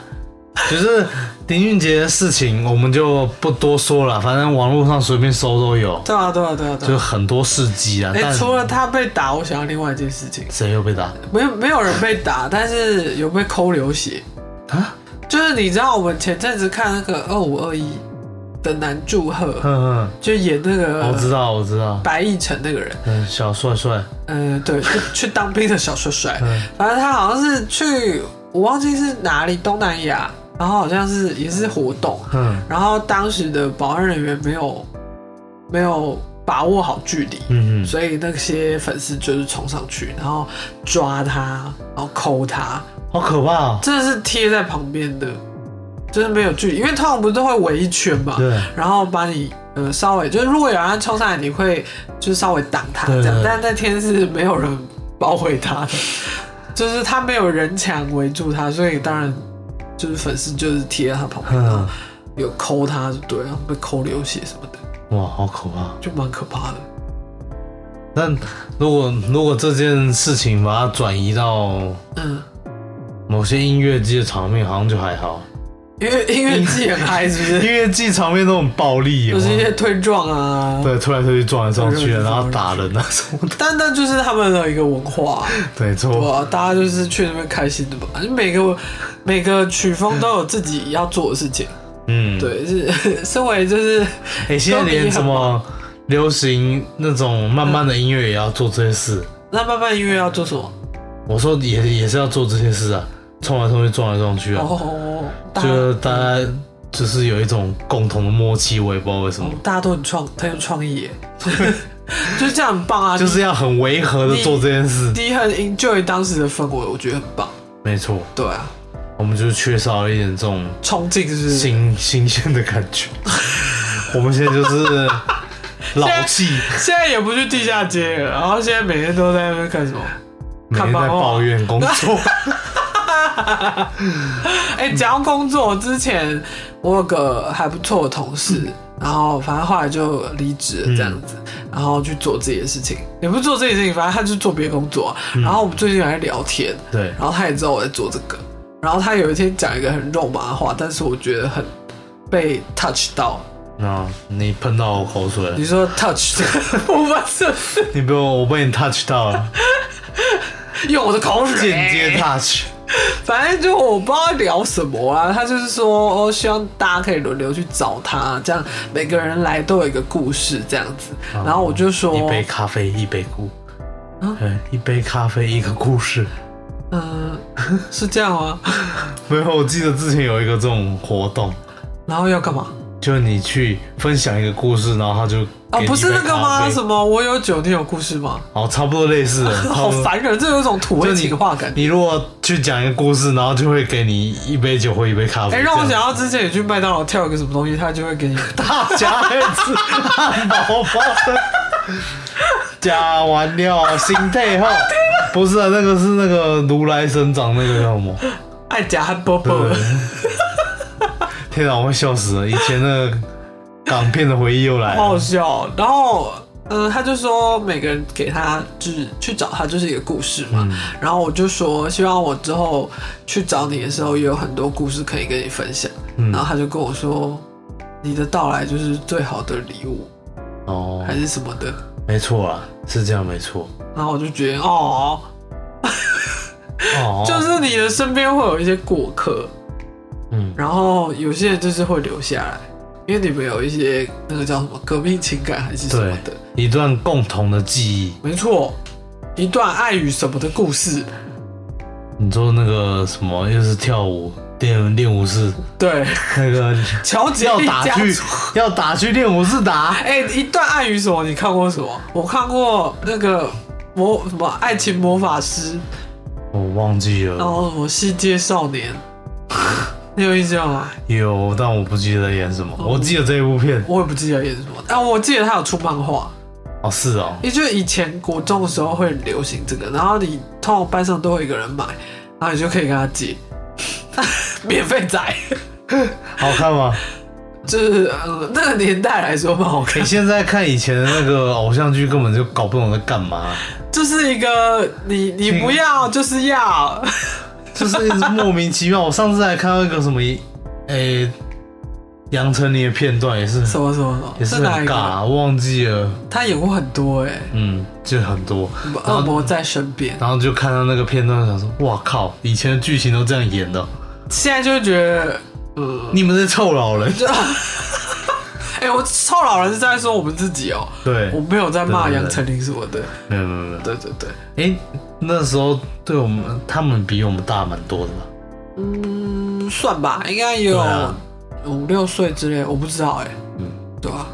S1: 就是林俊杰的事情，我们就不多说了，反正网络上随便搜都有，
S2: 对啊，对啊，对啊，对
S1: 就
S2: 啊。
S1: 很多事迹啊。
S2: 哎、
S1: 但
S2: 除了他被打，我想到另外一件事情，
S1: 谁又被打
S2: 没有没有人被打，但是有被抠流血。
S1: 啊？
S2: 就是你知道，我们前阵子看那个二五二一的男祝贺，
S1: 哼
S2: 就演那
S1: 哼，嗯哦我知
S2: 个
S1: 道，我知道，
S2: 白亦辰那个人，
S1: 嗯，小帅帅，
S2: 嗯， 对，就去当兵的小帅帅。
S1: 嗯，
S2: 反正他好像是去，我忘记是哪里，东南亚，然后好像是也是活动，
S1: 嗯
S2: 然后当时的保安人员没有没有把握好距离，
S1: 嗯嗯，
S2: 所以那些粉丝就是冲上去，然后抓他，然后抠他，
S1: 好可怕哦。
S2: 真的是贴在旁边的，就是没有距离，因为通常不是都会围一圈嘛，
S1: 对，
S2: 然后把你呃稍微就是如果有人冲上来，你会就是稍微挡他
S1: 对
S2: 这样，
S1: 对
S2: 但那天是没有人包围他的， 就是他没有人墙围住他，所以当然就是粉丝就是贴在他旁边，
S1: 嗯
S2: 然后有抠他就对，然后被抠流血什么的，
S1: 哇，好可怕。
S2: 就蛮可怕的。
S1: 但如果如果这件事情把它转移到
S2: 嗯，
S1: 某些音乐季的场面，好像就还好。
S2: 因为音乐季很嗨，是不
S1: 音
S2: 是？
S1: 乐季场面都很暴力，有
S2: 有
S1: 没
S2: 是一
S1: 有
S2: 些推撞啊，
S1: 对，突然就去撞来撞去的，
S2: 对
S1: 然后打人 啊什么的，
S2: 但那就是他们的一个文化。
S1: 对，错。
S2: 哇，大家就是去那边开心的吧？就每个每个曲风都有自己要做的 事情。
S1: 嗯，。
S2: 对，是 身为就是
S1: 哎、现在连什么流行那种慢慢的音乐也要做这些事。
S2: 那慢慢音乐要做什么？
S1: 我说也也是要做这些事啊，冲来冲去，撞来撞去啊，
S2: 哦，大家
S1: 就是大家就是有一种共同的默契，我也不知道为什么
S2: 哦，大家都很创，很有创意 耶，就是这样很棒啊！
S1: 就是要很违和的做这件事。
S2: 你很 enjoy 当时的氛围，我觉得很棒。
S1: 没错，
S2: 对啊，
S1: 我们就是缺少了一点这种
S2: 冲劲是不是？
S1: 新新鲜的感 觉。我们现在就是老气，
S2: 现在也不去地下街了，然后现在每天都在那边干什么？
S1: 每天在抱怨
S2: 啊
S1: 工 作。
S2: 哎、讲到工作之前，我有个还不错的同事，然后反正后来就离职了这样子，然后去做自己的事情，也不是做自己的事情，反正他就做别的工作。啊然后我们最近还在聊天，
S1: 对，
S2: 然后他也知道我在做这个，然后他有一天讲一个很肉麻的话，但是我觉得很被 touch 到。
S1: 那你喷到我口水了
S2: 你，说 touch 的部分是不是
S1: 你被我我被你 touch 到 了。
S2: 用我的口水
S1: 间接 touch，
S2: 反正就我不知道聊什么啊，他就是说哦，希望大家可以轮流去找他，这样每个人来都有一个故事这样子。然后我就说，
S1: 一杯咖啡一杯故，
S2: 啊
S1: 对，一杯咖啡一个故事。
S2: 嗯、是这样吗？啊
S1: 没有，我记得之前有一个这种活动，
S2: 然后要干嘛？
S1: 就你去分享一个故事，然后他就
S2: 啊，
S1: 给你
S2: 不是
S1: 一杯
S2: 那个
S1: 咖
S2: 吗？
S1: 啡
S2: 什么？我有酒，你有故事吗？
S1: 哦，差不多类 似的，
S2: 好
S1: 差不多。
S2: 烦人，这有一种土味
S1: 就你
S2: 情话感觉。
S1: 你如果去讲一个故事，然后就会给你一杯酒或一杯咖啡。
S2: 哎、让我
S1: 这
S2: 想
S1: 样
S2: 到之前也去麦当劳跳一个什么东西，他就会给你。
S1: 大家 爱吃汉堡包的，加完料心配后，不是啊，那个是那个如来神掌那个叫什么？
S2: 爱夹汉波波
S1: 对，天啊，我会笑死了！以前那个港片的回忆又来
S2: 好好
S1: 了。
S2: 笑。然后，嗯，他就说每个人给他就是去找他就是一个故事嘛。然后我就说，希望我之后去找你的时候也有很多故事可以跟你分享。
S1: 嗯
S2: 然后他就跟我说，你的到来就是最好的礼物，
S1: 哦，
S2: 还是什么的。
S1: 没错啊，是这样没错。
S2: 然后我就觉得，哦，
S1: 哦，
S2: 就是你的身边会有一些过客，
S1: 嗯，
S2: 然后有些人就是会留下来，因为你们有一些那个叫什么革命情感还是什么的，
S1: 一段共同的记忆。
S2: 没错，一段爱与什么的故事，
S1: 你说那个什么，又是跳舞练练舞室，
S2: 对，
S1: 那个
S2: 乔杰
S1: 要
S2: 利
S1: 打
S2: 家
S1: 去
S2: 族。
S1: 要打去练舞室打。
S2: 哎、一段爱与什么？你看过什么？我看过那个魔什么爱情魔法师，
S1: 我忘记
S2: 然
S1: 了，
S2: 后什么西街少年， 你有印象吗？
S1: 有，但我不记得演什么。
S2: 哦
S1: 我记得这一部片。
S2: 我也不记得演什么，但、我记得他有出漫画。
S1: 哦，是哦，
S2: 也就是以前国中的时候会流行这个，然后你通常班上都会有一个人买，然后你就可以跟他借， 免费仔，
S1: 好看 吗？
S2: 就是呃那个年代来说蛮好看
S1: 你，现在看以前的那个偶像剧，根本就搞不懂在干嘛，
S2: 就是一个你你不要就是要，
S1: 就是一直莫名其妙。我上次还看到一个什么，诶、杨丞琳的片段也是，
S2: 什么什么什么，
S1: 也是
S2: 哪
S1: 很
S2: 一个？
S1: 尬，啊忘记了。
S2: 他演过很多哎、
S1: 嗯，就很多，
S2: 什么恶魔在身边，
S1: 然后就看到那个片段，想说，哇靠，以前的剧情都这样演的，
S2: 现在就会觉得呃，
S1: 你们是臭老 人。
S2: 哎、我臭老人是在说我们自己哦、
S1: 对
S2: 我，没有在骂
S1: 对对对
S2: 杨丞琳什么的，
S1: 没有没有没有，
S2: 对对对，
S1: 哎、那时候对我们他们比我们大蛮多的吧？
S2: 嗯，算吧，应该也
S1: 对
S2: 有
S1: 啊，
S2: 五六岁之类，我不知道哎、
S1: 嗯
S2: 对吧、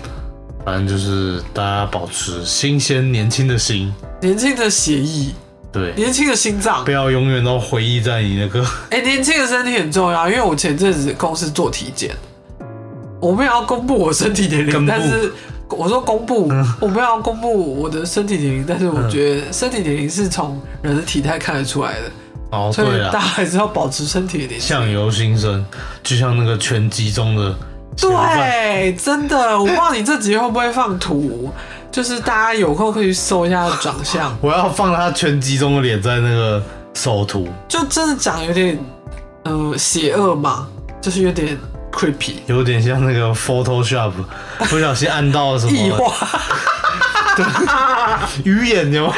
S1: 反正就是大家保持新鲜年轻的心，
S2: 年轻的血液，
S1: 对，
S2: 年轻的心脏
S1: 不，要永远都回忆在你那个。
S2: 哎、年轻的身体很重要。因为我前阵子公司做体检，我没有要公布我身体年
S1: 公布嗯
S2: 龄，但是我说公布，我没有要公布我的身体年龄，但是我觉得身体年龄是从人的体态看得出来的，
S1: 哦，
S2: 所
S1: 对
S2: 以大家
S1: 了，
S2: 还是要保持身体的年轻。
S1: 相由心生，就像那个拳击中的嫌犯，
S2: 对，真的，我不知道你这集会不会放图，就是大家有空可以去搜一下他的长相，
S1: 我要放他拳击中的脸在那个首图，
S2: 就真的长得有点，呃，邪恶嘛，就是有点 creepy
S1: 有点像那个 Photoshop，不小心按到什
S2: 异
S1: 么
S2: 化，
S1: 鱼眼有吗？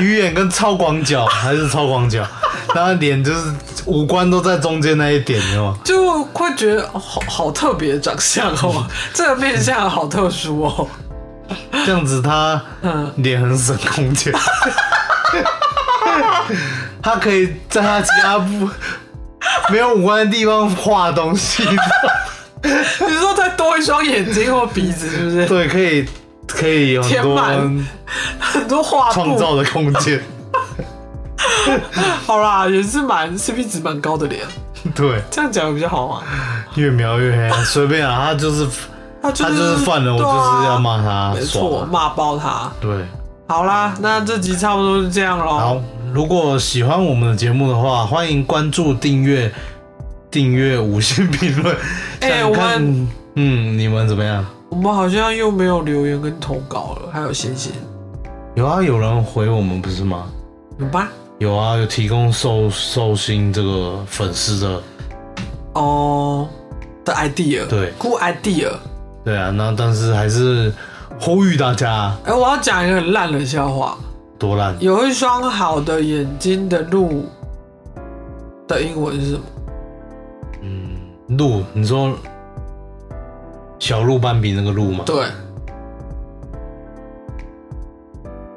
S1: 鱼眼跟超广角还是超广角，然后脸就是五官都在中间那一点，有吗？
S2: 就会觉得哦好好特别的长相 哦，这个面相好特殊哦，
S1: 这样子他
S2: 嗯，
S1: 脸很省空间， 他可以在他其他不没有五官的地方画东西，
S2: 你说再多一双眼睛或鼻子是不是？
S1: 对，可以可以有很
S2: 填
S1: 多
S2: 满很多画
S1: 创
S2: 布，
S1: 造的空间，
S2: 好啦，也是蛮 CP 值蛮高的脸，
S1: 对，
S2: 这样讲比较好玩。
S1: 越描越黑，随便啊，他就是
S2: 他就
S1: 他
S2: 是
S1: 就是犯了，我
S2: 对啊
S1: 就是要骂他，
S2: 没错，
S1: 爽啊，
S2: 骂爆他。
S1: 对，
S2: 好啦，那这集差不多就这样喽。
S1: 好，如果喜欢我们的节目的话，欢迎关注、订阅、订阅、五星评论，
S2: 哎
S1: 想
S2: 我
S1: 看
S2: 们
S1: 嗯，你们怎么样？
S2: 我们好像又没有留言跟投稿了，还有星星，
S1: 有啊，有人回我们不是吗？
S2: 有吧？
S1: 有啊，有提供寿寿星这个粉丝的，
S2: 哦、的 idea，
S1: 对
S2: ，good idea。
S1: 对啊，那但是还是呼吁大家
S2: 哎、我要讲一个很烂的笑话。
S1: 多烂
S2: 有一双好的眼睛的鹿的英文是什么？
S1: 鹿，嗯你说小鹿斑比那个鹿吗？，
S2: 对，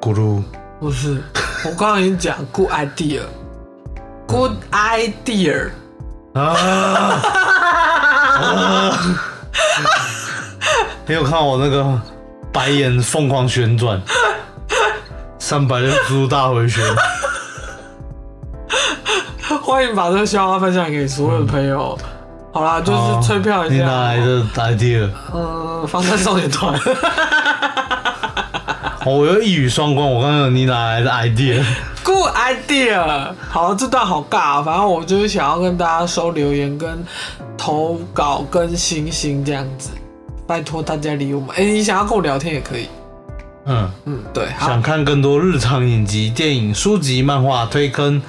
S1: 咕噜，
S2: 不是，我刚刚已经讲 good idea，good idea。
S1: 啊， 你有看我那个白眼疯狂旋转，三百六十度大回旋，
S2: 欢迎把这个笑话分享给所有的朋友。好啦，就是吹票一
S1: 你哪
S2: 下
S1: 来，的 idea？
S2: 嗯，防弹少年团，
S1: 哦我又一语双关，我刚刚有你哪来的 idea？
S2: Good idea！好，这段好尬、啊，反正我就是想要跟大家收留言、跟投稿、跟星星这样子，拜托大家理我们。哎、你想要跟我聊天也可以，
S1: 嗯，
S2: 嗯，对，好
S1: 想，看更多日常影集、电影、书籍、漫画推坑，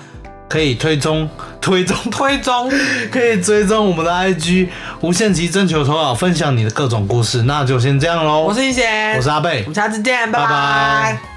S1: 可以推踪推踪
S2: 推中，
S1: 可以追踪我们的 IG，无限期征求投稿，分享你的各种故事。那就先这样喽。
S2: 我是一贤，
S1: 我是阿贝
S2: 我们，下次见，拜
S1: 拜
S2: 拜
S1: 拜